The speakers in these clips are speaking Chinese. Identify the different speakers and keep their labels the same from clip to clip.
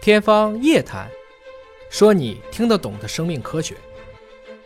Speaker 1: 天方夜谭，说你听得懂的生命科学。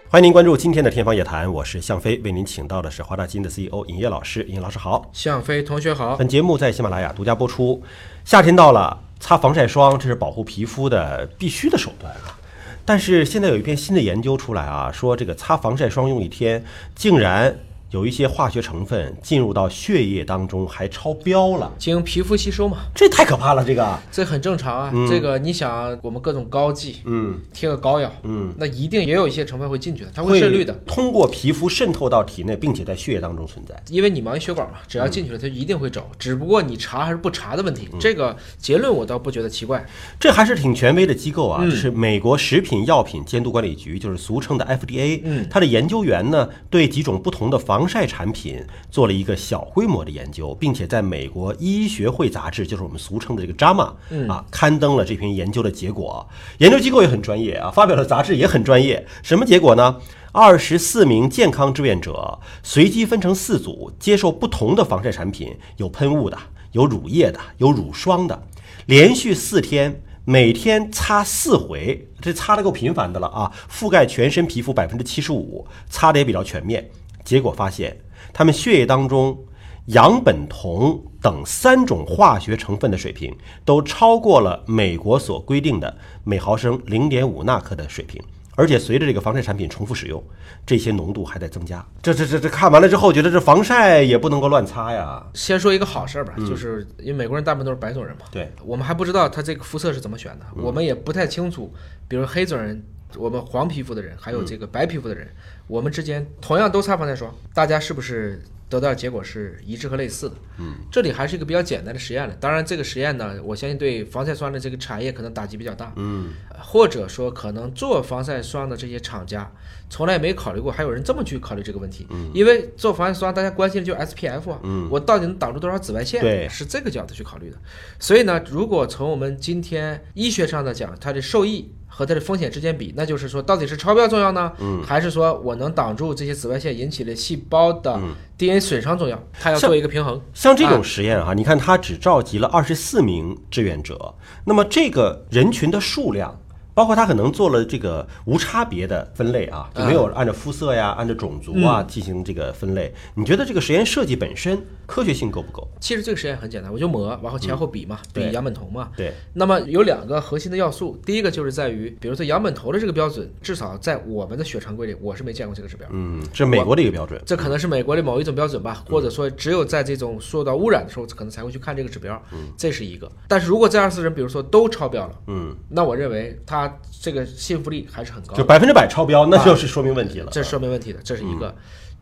Speaker 2: 欢迎您关注今天的《天方夜谭》，我是向飞，为您请到的是华大基因的 CEO 尹烨老师。尹老师好，
Speaker 1: 向飞同学好，
Speaker 2: 本节目在喜马拉雅独家播出。夏天到了，擦防晒霜这是保护皮肤的必须的手段啊。但是现在有一篇新的研究出来啊，说这个擦防晒霜用一天，竟然有一些化学成分进入到血液当中，还超标了，
Speaker 1: 经皮肤吸收嘛，
Speaker 2: 这太可怕了。这个，
Speaker 1: 这很正常啊。这个你想，我们各种膏剂，
Speaker 2: 嗯，
Speaker 1: 贴个膏药，
Speaker 2: 嗯，
Speaker 1: 那一定也有一些成分会进去的，它会渗滤的，
Speaker 2: 通过皮肤渗透到体内，并且在血液当中存在。
Speaker 1: 因为你毛细血管嘛，只要进去了，它一定会走，只不过你查还是不查的问
Speaker 2: 嗯
Speaker 1: 题。这个结论我倒不觉得奇怪。
Speaker 2: 这还是挺权威的机构啊，这是美国食品药品监督管理局，就是俗称的 FDA。
Speaker 1: 嗯，
Speaker 2: 它的研究员呢，对几种不同的防晒产品做了一个小规模的研究，并且在美国医学会杂志，就是我们俗称的这个 JAMA，啊，刊登了这篇研究的结果。研究机构也很专业啊，发表的杂志也很专业。什么结果呢？二十四名健康志愿者随机分成四组，接受不同的防晒产品，有喷雾的，有乳液的，有乳霜的。连续四天，每天擦四回，这擦的够频繁的了啊！覆盖全身皮肤百分之七十五，擦的也比较全面。结果发现，他们血液当中氧苯酮等三种化学成分的水平都超过了美国所规定的每毫升零点五纳克的水平。而且随着这个防晒产品重复使用，这些浓度还在增加。这这这这看完了之后，觉得这防晒也不能够乱擦呀。
Speaker 1: 先说一个好事儿吧，就是因为美国人大部分都是白种人嘛，
Speaker 2: 对，
Speaker 1: 我们还不知道他这个肤色是怎么选的，我们也不太清楚，比如黑种人。我们黄皮肤的人，还有这个白皮肤的人，我们之间同样都擦防晒霜，大家是不是得到的结果是一致和类似的？嗯，这里还是一个比较简单的实验了。当然，这个实验呢，我相信对防晒霜的这个产业可能打击比较大。嗯，或者说可能做防晒霜的这些厂家从来没考虑过还有人这么去考虑这个问题。嗯，因为做防晒霜大家关心的就是 SPF 啊，嗯，我到底能挡住多少紫外线？
Speaker 2: 对
Speaker 1: 是这个角度去考虑的。所以呢，如果从我们今天医学上的讲，它的受益和它的风险之间比，那就是说，到底是超标重要呢，
Speaker 2: 嗯
Speaker 1: 还是说我能挡住这些紫外线引起的细胞的 DNA 损伤重要？它要做一个平衡。
Speaker 2: 嗯像这种实验啊，你看它只召集了二十四名志愿者，那么这个人群的数量，包括它可能做了这个无差别的分类啊，
Speaker 1: 嗯
Speaker 2: 就没有按照肤色呀、按照种族啊进行这个分类。你觉得这个实验设计本身科学性够不够？
Speaker 1: 其实这个实验很简单，我就抹，然后前后比嘛，
Speaker 2: 对
Speaker 1: 比氧苯酮嘛。
Speaker 2: 对，
Speaker 1: 那么有两个核心的要素，第一个就是在于，比如说氧苯酮的这个标准，至少在我们的血常规里，我是没见过这个指标。
Speaker 2: 嗯，这是美国的一个标准。
Speaker 1: 这可能是美国的某一种标准吧，或者说只有在这种受到污染的时候，可能才会去看这个指标，这是一个。但是如果这二十人，比如说都超标了，
Speaker 2: 嗯，
Speaker 1: 那我认为它这个信服力还是很高的啊
Speaker 2: 就。百分之百超标，那就是说明问题了。
Speaker 1: 这是说明问题的，这是一个。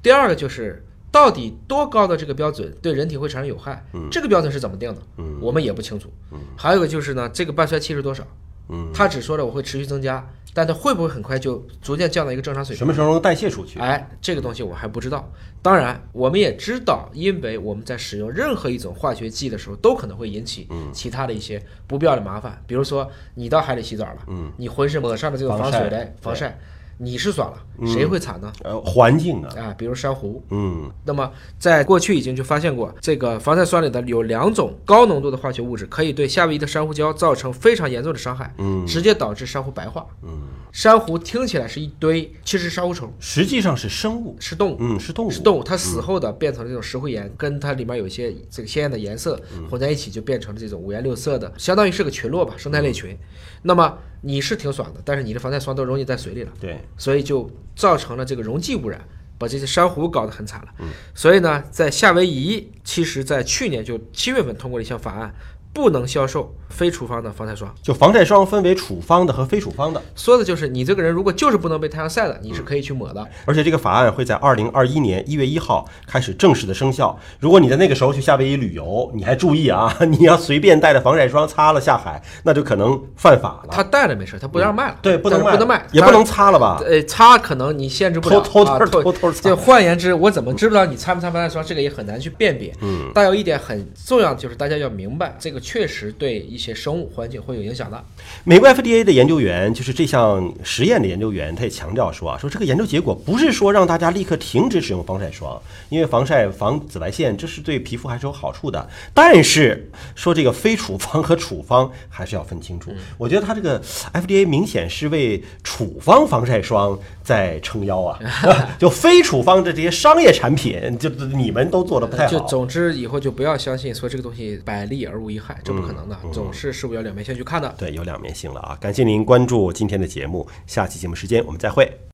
Speaker 1: 第二个就是到底多高的这个标准对人体会产生有害？这个标准是怎么定的？我们也不清楚。还有一个就是呢，这个半衰期是多少？
Speaker 2: 嗯，
Speaker 1: 它只说了我会持续增加，但它会不会很快就逐渐降到一个正常水平？
Speaker 2: 什么时候能代谢出去？
Speaker 1: 哎，这个东西我还不知道。当然，我们也知道，因为我们在使用任何一种化学剂的时候，都可能会引起其他的一些不必要的麻烦。比如说，你到海里洗澡了，嗯，你浑身抹上了这个
Speaker 2: 防
Speaker 1: 防
Speaker 2: 晒
Speaker 1: 水的防晒，嗯你是爽了，谁会惨呢？
Speaker 2: 呃，环境啊，
Speaker 1: 啊，比如珊瑚。
Speaker 2: 嗯，
Speaker 1: 那么，在过去已经就发现过，这个防晒霜里的有两种高浓度的化学物质，可以对夏威夷的珊瑚礁造成非常严重的伤害，嗯，直接导致珊瑚白化。嗯，珊瑚听起来是一堆，其实是珊瑚虫
Speaker 2: 实际上是生物，
Speaker 1: 是动物。
Speaker 2: 嗯，是动物
Speaker 1: 是。动物，它死后的变成了这种石灰岩，跟它里面有一些这个鲜艳的颜色
Speaker 2: 嗯
Speaker 1: 混在一起，就变成了这种五颜六色的，相当于是个群落吧，生态
Speaker 2: 嗯
Speaker 1: 类群。那么你是挺爽的，但是你的防晒霜都溶解在水里了，
Speaker 2: 对，
Speaker 1: 所以就造成了这个溶剂污染，把这些珊瑚搞得很惨了。
Speaker 2: 嗯
Speaker 1: 所以呢，在夏威夷，其实在去年就七月份通过了一项法案，不能销售非处方的防晒霜。
Speaker 2: 就防晒霜分为处方的和非处方的。
Speaker 1: 说的就是你这个人如果就是不能被太阳晒的，你是可以去抹的。
Speaker 2: 而且这个法案会在二零二一年一月一号开始正式的生效。如果你在那个时候去夏威夷旅游，你还注意啊，你要随便带着防晒霜擦了下海，那就可能犯法了。
Speaker 1: 他带了没事，他不让卖了，
Speaker 2: 对，不能
Speaker 1: 但
Speaker 2: 卖，
Speaker 1: 是不能卖，
Speaker 2: 也不能擦了吧？
Speaker 1: 呃，擦可能你限制不了，
Speaker 2: 偷偷
Speaker 1: 啊
Speaker 2: 地偷偷地擦
Speaker 1: 就换言之，我怎么知不知道你擦没擦防晒霜，这个也很难去辨别。嗯，但有一点很重要的就是大家要明白，这个确实对一些生物环境会有影响的。
Speaker 2: 美国 FDA 的研究员，就是这项实验的研究员，他也强调说啊，说这个研究结果不是说让大家立刻停止使用防晒霜，因为防晒防紫外线这是对皮肤还是有好处的。但是说这个非处方和处方还是要分清楚。我觉得他这个 FDA 明显是为处方防晒霜在撑腰啊，就非处方的这些商业产品，就你们都做的不太
Speaker 1: 呃就
Speaker 2: 好。
Speaker 1: 总之以后就不要相信说这个东西百利而无一害，这不
Speaker 2: 嗯
Speaker 1: 可能的，总是事物要两面先去看的。
Speaker 2: 对，有两面性了啊！感谢您关注今天的节目，下期节目时间我们再会。